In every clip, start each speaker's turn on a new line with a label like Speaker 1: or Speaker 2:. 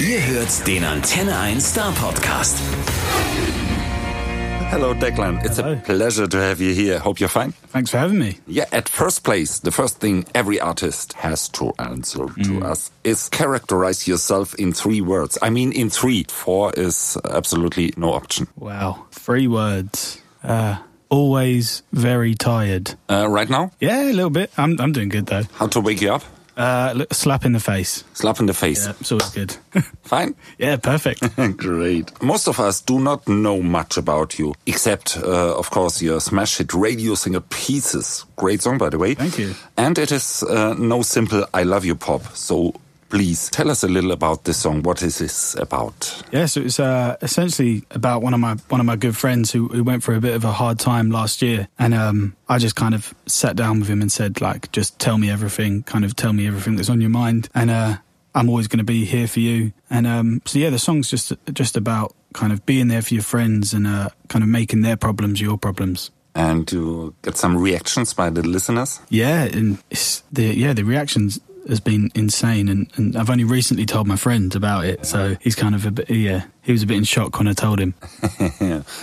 Speaker 1: Ihr hört den Antenne 1 Star Podcast.
Speaker 2: Hello, Declan. It's
Speaker 3: Hello.
Speaker 2: a pleasure to have you here. Hope you're fine.
Speaker 3: Thanks for having me.
Speaker 2: Yeah, at first place, the first thing every artist has to answer
Speaker 3: Mm.
Speaker 2: to us is characterize yourself in three words. I mean, in three. Four is absolutely no option.
Speaker 3: Wow. Three words. Uh, always very tired.
Speaker 2: Uh, right now,
Speaker 3: Yeah, a little bit. I'm, I'm doing good though.
Speaker 2: how to wake you up?
Speaker 3: Uh, look, slap in the face.
Speaker 2: Slap in the face.
Speaker 3: Yeah, it's always good.
Speaker 2: Fine.
Speaker 3: yeah, perfect.
Speaker 2: Great. Most of us do not know much about you, except, uh, of course, your smash hit radio single Pieces. Great song, by the way.
Speaker 3: Thank you.
Speaker 2: And it is uh, no simple I Love You pop. So please tell us a little about this song. What is this about?
Speaker 3: Yeah, so it's uh, essentially about one of my one of my good friends who, who went through a bit of a hard time last year, and um, I just kind of sat down with him and said like, just tell me everything, kind of tell me everything that's on your mind, and uh, I'm always going to be here for you. And um, so yeah, the song's just just about kind of being there for your friends and uh, kind of making their problems your problems.
Speaker 2: And you get some reactions by the listeners.
Speaker 3: Yeah, and it's the yeah the reactions has been insane, and, and I've only recently told my friend about it, so he's kind of a bit yeah he was a bit in shock when I told him.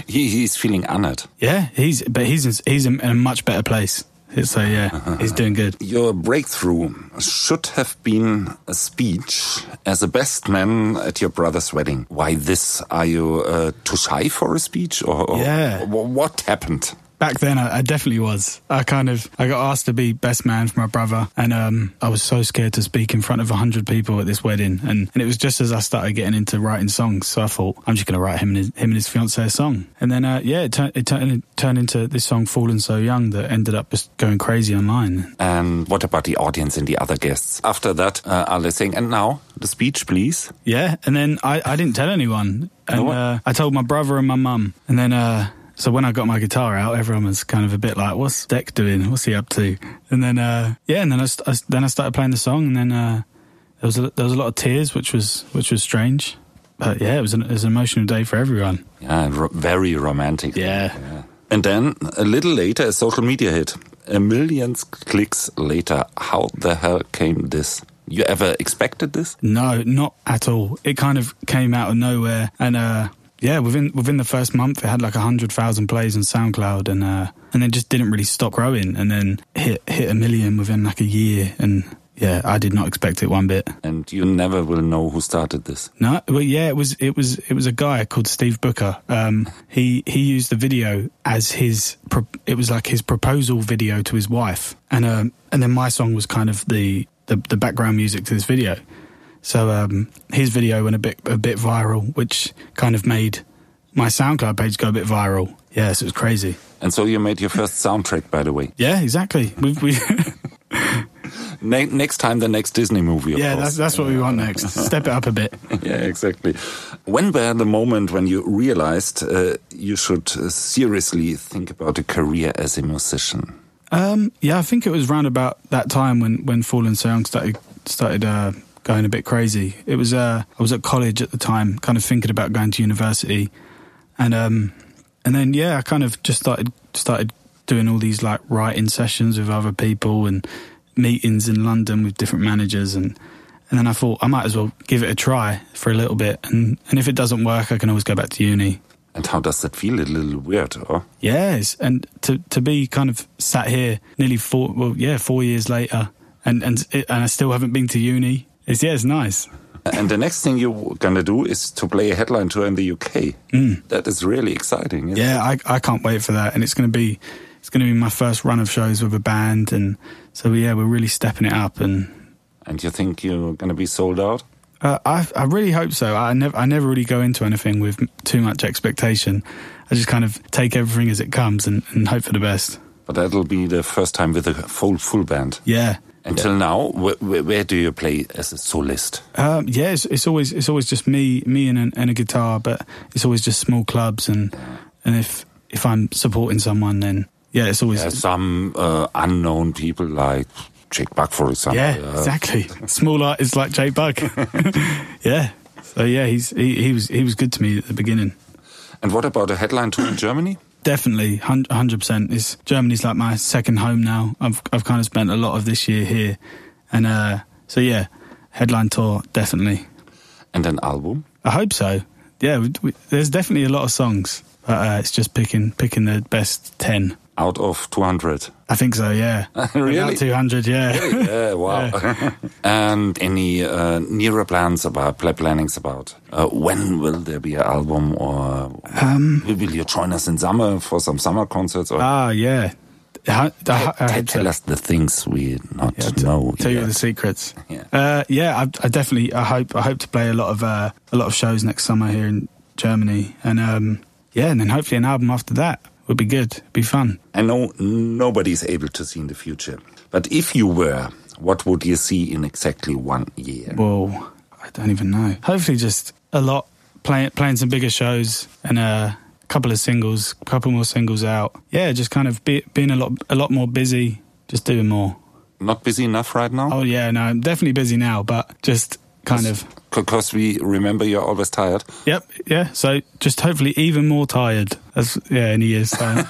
Speaker 2: he, he's feeling honored.
Speaker 3: Yeah, he's but he's he's in a much better place. So yeah, he's doing good.
Speaker 2: Your breakthrough should have been a speech as a best man at your brother's wedding. Why this? Are you uh, too shy for a speech? Or, or-
Speaker 3: Yeah.
Speaker 2: wh- what happened?
Speaker 3: Back then, I, I definitely was. I kind of I got asked to be best man for my brother, and um, I was so scared to speak in front of hundred people at this wedding, and, and it was just as I started getting into writing songs. So I thought I'm just going to write him and his, him and his fiancee a song, and then uh, yeah, it, tur- it, turned it turned into this song "Fallen So Young" that ended up just going crazy online.
Speaker 2: And what about the audience and the other guests? After that, uh, are they saying, and now the speech, please?
Speaker 3: Yeah, and then I, I didn't tell anyone, and
Speaker 2: what?
Speaker 3: uh, I told my brother and my mum, and then uh, so when I got my guitar out, everyone was kind of a bit like, "What's Deck doing? What's he up to?" And then uh, yeah, and then I, st- I s- then I started playing the song, and then uh, there was a, there was a lot of tears, which was which was strange, but yeah, it was an, it was an emotional day for everyone.
Speaker 2: Yeah, ro- very romantic.
Speaker 3: Yeah.
Speaker 2: And then a little later, a social media hit. A millions clicks later. How the hell came this? You ever expected this?
Speaker 3: No, not at all. It kind of came out of nowhere, and uh, yeah, within within the first month, it had like hundred thousand plays on SoundCloud, and uh, and then just didn't really stop growing, and then hit hit a million within like a year, and yeah, I did not expect it one bit.
Speaker 2: And you never will know who started this.
Speaker 3: No, well, yeah, it was it was it was a guy called Steve Booker. Um, he he used the video as his pro- it was like his proposal video to his wife, and um, and then my song was kind of the the, the background music to this video. So um, his video went a bit a bit viral, which kind of made my SoundCloud page go a bit viral. Yeah, so it was crazy.
Speaker 2: And so you made your first soundtrack, by the way.
Speaker 3: Yeah, exactly. We, we
Speaker 2: Ne- next time, the next Disney movie. Of
Speaker 3: yeah, that's
Speaker 2: course.
Speaker 3: that's what we want next. Step it up a bit.
Speaker 2: yeah, exactly. When were the moment when you realized uh, you should uh, seriously think about a career as a musician?
Speaker 3: Um, yeah, I think it was round about that time when when Fallen So Young started started uh, going a bit crazy. It was uh, I was at college at the time, kind of thinking about going to university, and um, and then yeah, I kind of just started started doing all these like writing sessions with other people and meetings in London with different managers and. And then I thought I might as well give it a try for a little bit, and, and if it doesn't work, I can always go back to uni.
Speaker 2: And how does that feel? A little weird, or?
Speaker 3: Yes, and to to be kind of sat here nearly four well yeah four years later, and and and I still haven't been to uni. It's yeah, it's nice.
Speaker 2: And the next thing you're gonna do is to play a headline tour in the UK. That is really exciting. isn't it?
Speaker 3: Mm. Yeah, I I can't wait for that, and it's gonna be it's gonna be my first run of shows with a band, and so yeah, we're really stepping it up, and
Speaker 2: And you think you're gonna be sold out?
Speaker 3: Uh, I I really hope so. I never I never really go into anything with too much expectation. I just kind of take everything as it comes and, and hope for the best.
Speaker 2: But that'll be the first time with a full full band.
Speaker 3: Yeah.
Speaker 2: Until now, wh- wh- where do you play as a solist?
Speaker 3: Um, yeah, it's, it's always it's always just me me and, an, and a guitar, but it's always just small clubs and and if if I'm supporting someone, then yeah, it's always
Speaker 2: There's some uh, unknown people like Jake Buck, for example.
Speaker 3: yeah,
Speaker 2: Uh,
Speaker 3: exactly. Small art is like J Bug, yeah. So yeah, he's he, he was he was good to me at the beginning.
Speaker 2: And what about a headline tour in Germany?
Speaker 3: Definitely, hundred percent. Is Germany's like my second home now. I've I've kind of spent a lot of this year here, and uh, so yeah, headline tour definitely.
Speaker 2: and an album?
Speaker 3: I hope so. Yeah, we, we, there's definitely a lot of songs, but uh, it's just picking picking the best ten.
Speaker 2: Out of 200.
Speaker 3: I think so. Yeah,
Speaker 2: Really?
Speaker 3: two hundred. Yeah,
Speaker 2: Yeah, wow. and any uh, nearer plans about pla- plannings about uh, when will there be an album or
Speaker 3: Um,
Speaker 2: will you join us in summer for some summer concerts or
Speaker 3: ah, yeah. I, I, I
Speaker 2: Te-
Speaker 3: hope uh, so.
Speaker 2: tell us the things we not
Speaker 3: Yeah, t-
Speaker 2: know.
Speaker 3: tell you
Speaker 2: yet.
Speaker 3: the secrets.
Speaker 2: Yeah.
Speaker 3: uh, yeah. I, I definitely. I hope. I hope to play a lot of uh, a lot of shows next summer here in Germany, and um, yeah, and then hopefully an album after that would be good. Be fun.
Speaker 2: I know nobody's able to see in the future, but if you were, what would you see in exactly one year?
Speaker 3: Whoa, I don't even know. Hopefully, just a lot playing playing some bigger shows and uh, a couple of singles, couple more singles out. Yeah, just kind of be, being a lot a lot more busy, just doing more.
Speaker 2: Not busy enough right now?
Speaker 3: Oh yeah, no, I'm definitely busy now, but just kind of.
Speaker 2: Because we remember you're always tired.
Speaker 3: Yep, yeah. So just hopefully even more tired. That's yeah, in a year's time.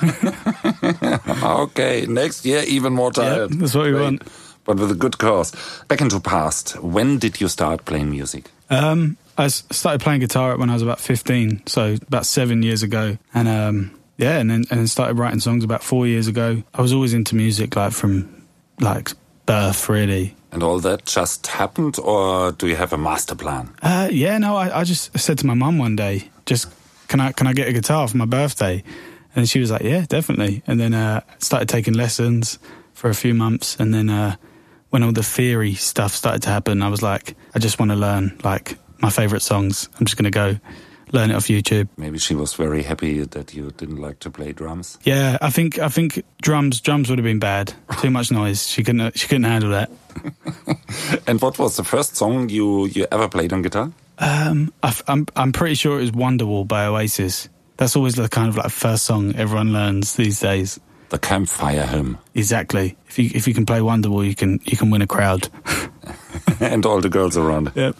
Speaker 2: Okay, next year even more tired.
Speaker 3: that's what we want.
Speaker 2: But with a good cause. Back into past. When did you start playing music?
Speaker 3: Um, I s- started playing guitar when I was about 15, so about seven years ago. And um, yeah, and then and then started writing songs about four years ago. I was always into music, like from like birth, really.
Speaker 2: And all that just happened, or do you have a master plan?
Speaker 3: Uh, yeah, no, I, I just said to my mum one day, just can I can I get a guitar for my birthday? And she was like, yeah, definitely. And then uh, started taking lessons for a few months, and then uh, when all the theory stuff started to happen, I was like, I just want to learn like my favorite songs. I'm just gonna go learn it off YouTube.
Speaker 2: Maybe she was very happy that you didn't like to play drums.
Speaker 3: Yeah, I think I think drums drums would have been bad. Too much noise. She couldn't she couldn't handle that.
Speaker 2: And what was the first song you, you ever played on guitar?
Speaker 3: I f- I'm I'm pretty sure it was Wonderwall by Oasis. That's always the kind of like first song everyone learns these days.
Speaker 2: The Campfire Hymn.
Speaker 3: Exactly. If you if you can play Wonderwall, you can you can win a crowd.
Speaker 2: and all the girls around.
Speaker 3: Yep.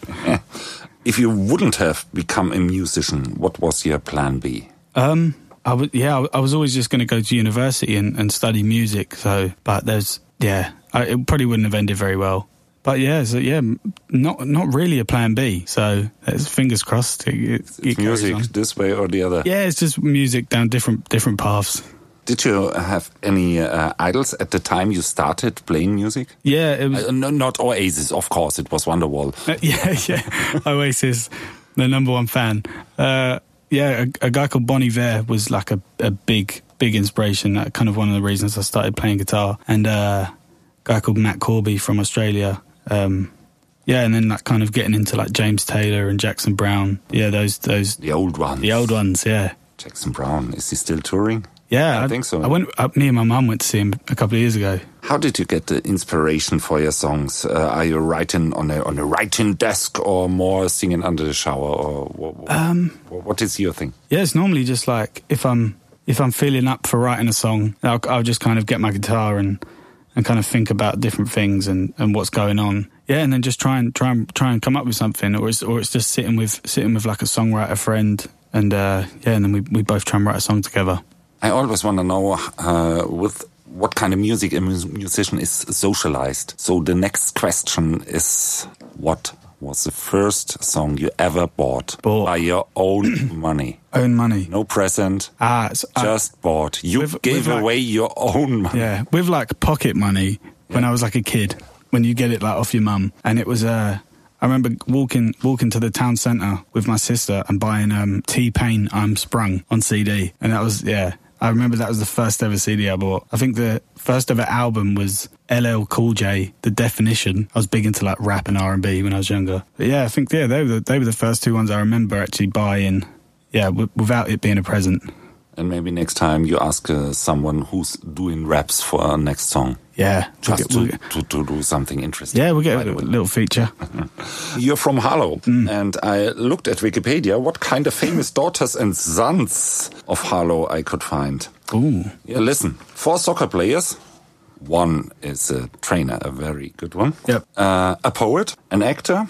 Speaker 2: If you wouldn't have become a musician, what was your plan B?
Speaker 3: Um. I was yeah. I w- I was always just going to go to university and, and study music. So, but there's yeah. I, it probably wouldn't have ended very well. But yeah. So yeah. m- Not not really a plan B. So that's fingers crossed. It, it, it carries
Speaker 2: Music,
Speaker 3: on.
Speaker 2: this way or the other.
Speaker 3: Yeah, it's just music down different different paths.
Speaker 2: Did you have any uh, idols at the time you started playing music?
Speaker 3: Yeah, it was.
Speaker 2: Uh, no, not Oasis, of course. It was Wonderwall.
Speaker 3: yeah, yeah. Oasis, the number one fan. Uh, yeah, a, a guy called Bonnie Vare was like a, a big, big inspiration. That kind of one of the reasons I started playing guitar. And uh, a guy called Matt Corby from Australia. Um, yeah, and then that kind of getting into like James Taylor and Jackson Brown. Yeah, those those
Speaker 2: The old one.
Speaker 3: the old ones. Yeah.
Speaker 2: Jackson Brown. Is he still touring?
Speaker 3: Yeah,
Speaker 2: I think so.
Speaker 3: I went. Uh, me and my mum went to see him a couple of years ago.
Speaker 2: How did you get the inspiration for your songs? Uh, are you writing on a on a writing desk or more singing under the shower or what,
Speaker 3: Um,
Speaker 2: what is your thing?
Speaker 3: Yeah, it's normally just like if I'm if I'm feeling up for writing a song, I'll, I'll just kind of get my guitar and and kind of think about different things and, and what's going on. Yeah, and then just try and try and try and come up with something, or it's or it's just sitting with sitting with like a songwriter friend, and uh, yeah, and then we we both try and write a song together.
Speaker 2: I always want to know uh, with what kind of music a mus- musician is socialized. So the next question is what was the first song you ever bought,
Speaker 3: Bought.
Speaker 2: by your own money?
Speaker 3: Own money.
Speaker 2: No present,
Speaker 3: Ah, it's, I-
Speaker 2: just bought. You
Speaker 3: with-
Speaker 2: gave
Speaker 3: with like-
Speaker 2: away your own money.
Speaker 3: Yeah, with like pocket money when I was like a kid, when you get it like off your mum, and it was Uh, I remember walking walking to the town centre with my sister and buying um, T Pain I'm Sprung on CD, and that was yeah. I remember that was the first ever CD I bought. I think the first ever album was LL Cool J, The Definition. I was big into like rap and R and B when I was younger. But yeah, I think yeah they were the, they were the first two ones I remember actually buying. Yeah, w- without it being a present.
Speaker 2: And maybe next time you ask uh, someone who's doing raps for our next song.
Speaker 3: Yeah, we'll
Speaker 2: Just
Speaker 3: get- we'll
Speaker 2: to,
Speaker 3: get-
Speaker 2: to, to do something interesting.
Speaker 3: yeah, we'll get
Speaker 2: By the
Speaker 3: a
Speaker 2: way.
Speaker 3: little feature.
Speaker 2: You're from Harlow,
Speaker 3: Mm.
Speaker 2: and I looked at Wikipedia what kind of famous daughters and sons of Harlow I could find.
Speaker 3: Ooh.
Speaker 2: Yeah, listen, four soccer players. One is a trainer, a very good one.
Speaker 3: Yep.
Speaker 2: Uh, a poet, an actor,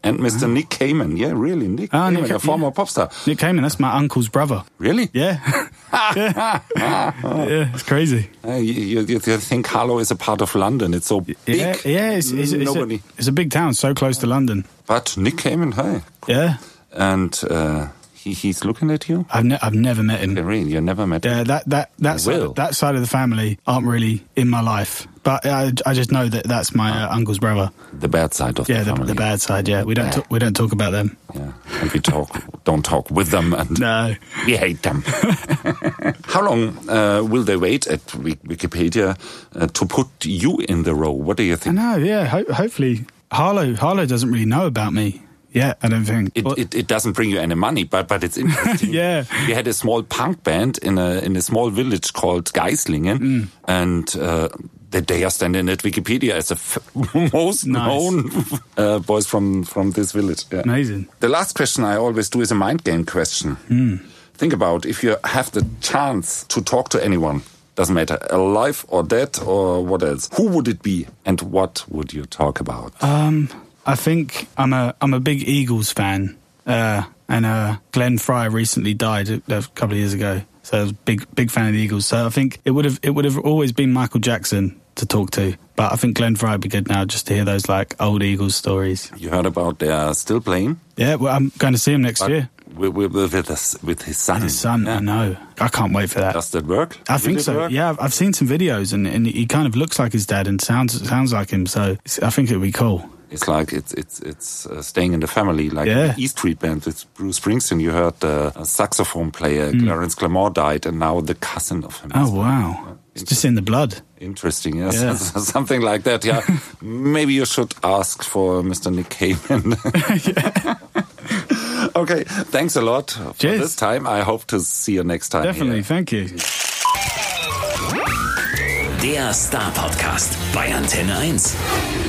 Speaker 2: And Mr. Nick Kamen. Yeah, really, Nick
Speaker 3: Ah,
Speaker 2: Kamen,
Speaker 3: Nick Ka-
Speaker 2: a former
Speaker 3: yeah.
Speaker 2: pop star.
Speaker 3: Nick Kamen, that's my uncle's brother.
Speaker 2: Really?
Speaker 3: Yeah. yeah. yeah, it's crazy.
Speaker 2: Uh, you, you, you think Harlow is a part of London? It's so big.
Speaker 3: Yeah, yeah it's, it's, it's,
Speaker 2: Nobody.
Speaker 3: a, it's a big town, so close to London.
Speaker 2: but Nick Kamen, hey,
Speaker 3: Yeah.
Speaker 2: and uh, he, he's looking at you.
Speaker 3: I've, ne- I've never met him.
Speaker 2: Irene, you never met. him.
Speaker 3: Yeah, that that that
Speaker 2: Will.
Speaker 3: side, that side of the family aren't really in my life, but I, I just know that that's my uh, uncle's brother.
Speaker 2: The bad side of
Speaker 3: Yeah,
Speaker 2: the
Speaker 3: the,
Speaker 2: family.
Speaker 3: the bad side. Yeah, we don't ta- we don't talk about them.
Speaker 2: Yeah, and we talk, don't talk with them, and
Speaker 3: No,
Speaker 2: we hate them. How long uh, will they wait at Wik- Wikipedia uh, to put you in the row? What do you think?
Speaker 3: no. Yeah, ho- hopefully Harlow Harlow doesn't really know about me. Yeah, I don't think.
Speaker 2: It,
Speaker 3: Well,
Speaker 2: it, it doesn't bring you any money, but but it's interesting.
Speaker 3: Yeah.
Speaker 2: we had a small punk band in a in a small village called Geislingen,
Speaker 3: Mm.
Speaker 2: and uh, they, they are standing at Wikipedia as the f- most
Speaker 3: Nice.
Speaker 2: known uh, boys from from this village. Yeah.
Speaker 3: Amazing. Hmm.
Speaker 2: The last question I always do is a mind game question. Think about if you have the chance to talk to anyone. Doesn't matter, alive or dead or what else. Who would it be, and what would you talk about?
Speaker 3: Uh, Um, I think I'm a I'm a big Eagles fan, uh, and uh, Glenn Fry recently died a a couple of years ago, so I was a big big fan of the Eagles. So I think it would have it would have always been Michael Jackson to talk to, but I think Glenn Fry would be good now just to hear those like old Eagles stories.
Speaker 2: you heard about they are still playing.
Speaker 3: Yeah, well, I'm going to see him next year.
Speaker 2: with, with, with, with his, with his son.
Speaker 3: His son, I know. I can't wait for that.
Speaker 2: Does that work?
Speaker 3: I
Speaker 2: Did
Speaker 3: think
Speaker 2: it
Speaker 3: so.
Speaker 2: work?
Speaker 3: Yeah, I've, I've seen some videos, and, and he kind of looks like his dad, and sounds sounds like him. So it's- I think it would be cool.
Speaker 2: It's like it's it's it's uh, staying in the family, like
Speaker 3: Yeah.
Speaker 2: the E Street Band with Bruce Springsteen. You heard the saxophone player Clarence Clamore died, and now the cousin of him.
Speaker 3: Hmm. Oh
Speaker 2: is-
Speaker 3: wow, it's just in the blood.
Speaker 2: Interesting, yes,
Speaker 3: Yeah.
Speaker 2: something like that. Yeah, maybe you should ask for Mr. Nick Cayman. okay, thanks a lot for
Speaker 3: Cheers.
Speaker 2: this time. I hope to see you next time.
Speaker 3: Definitely.
Speaker 2: here.
Speaker 3: Thank you.
Speaker 1: Der Star Podcast bei Antenne 1.